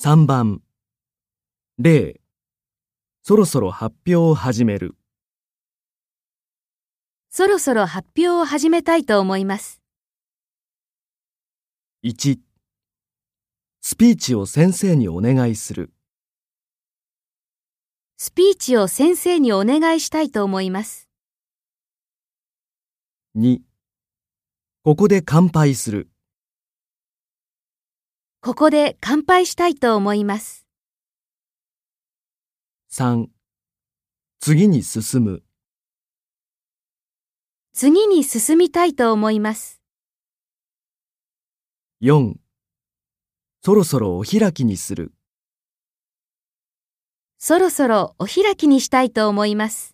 3番。0。そろそろ発表を始める。そろそろ発表を始めたいと思います。 1。スピーチを先生にお願いする。スピーチを先生にお願いしたいと思います。 2。ここで乾杯する。ここで乾杯したいと思います。 3。次に進む。次に進みたいと思います。 4。そろそろお開きにする。そろそろお開きにしたいと思います。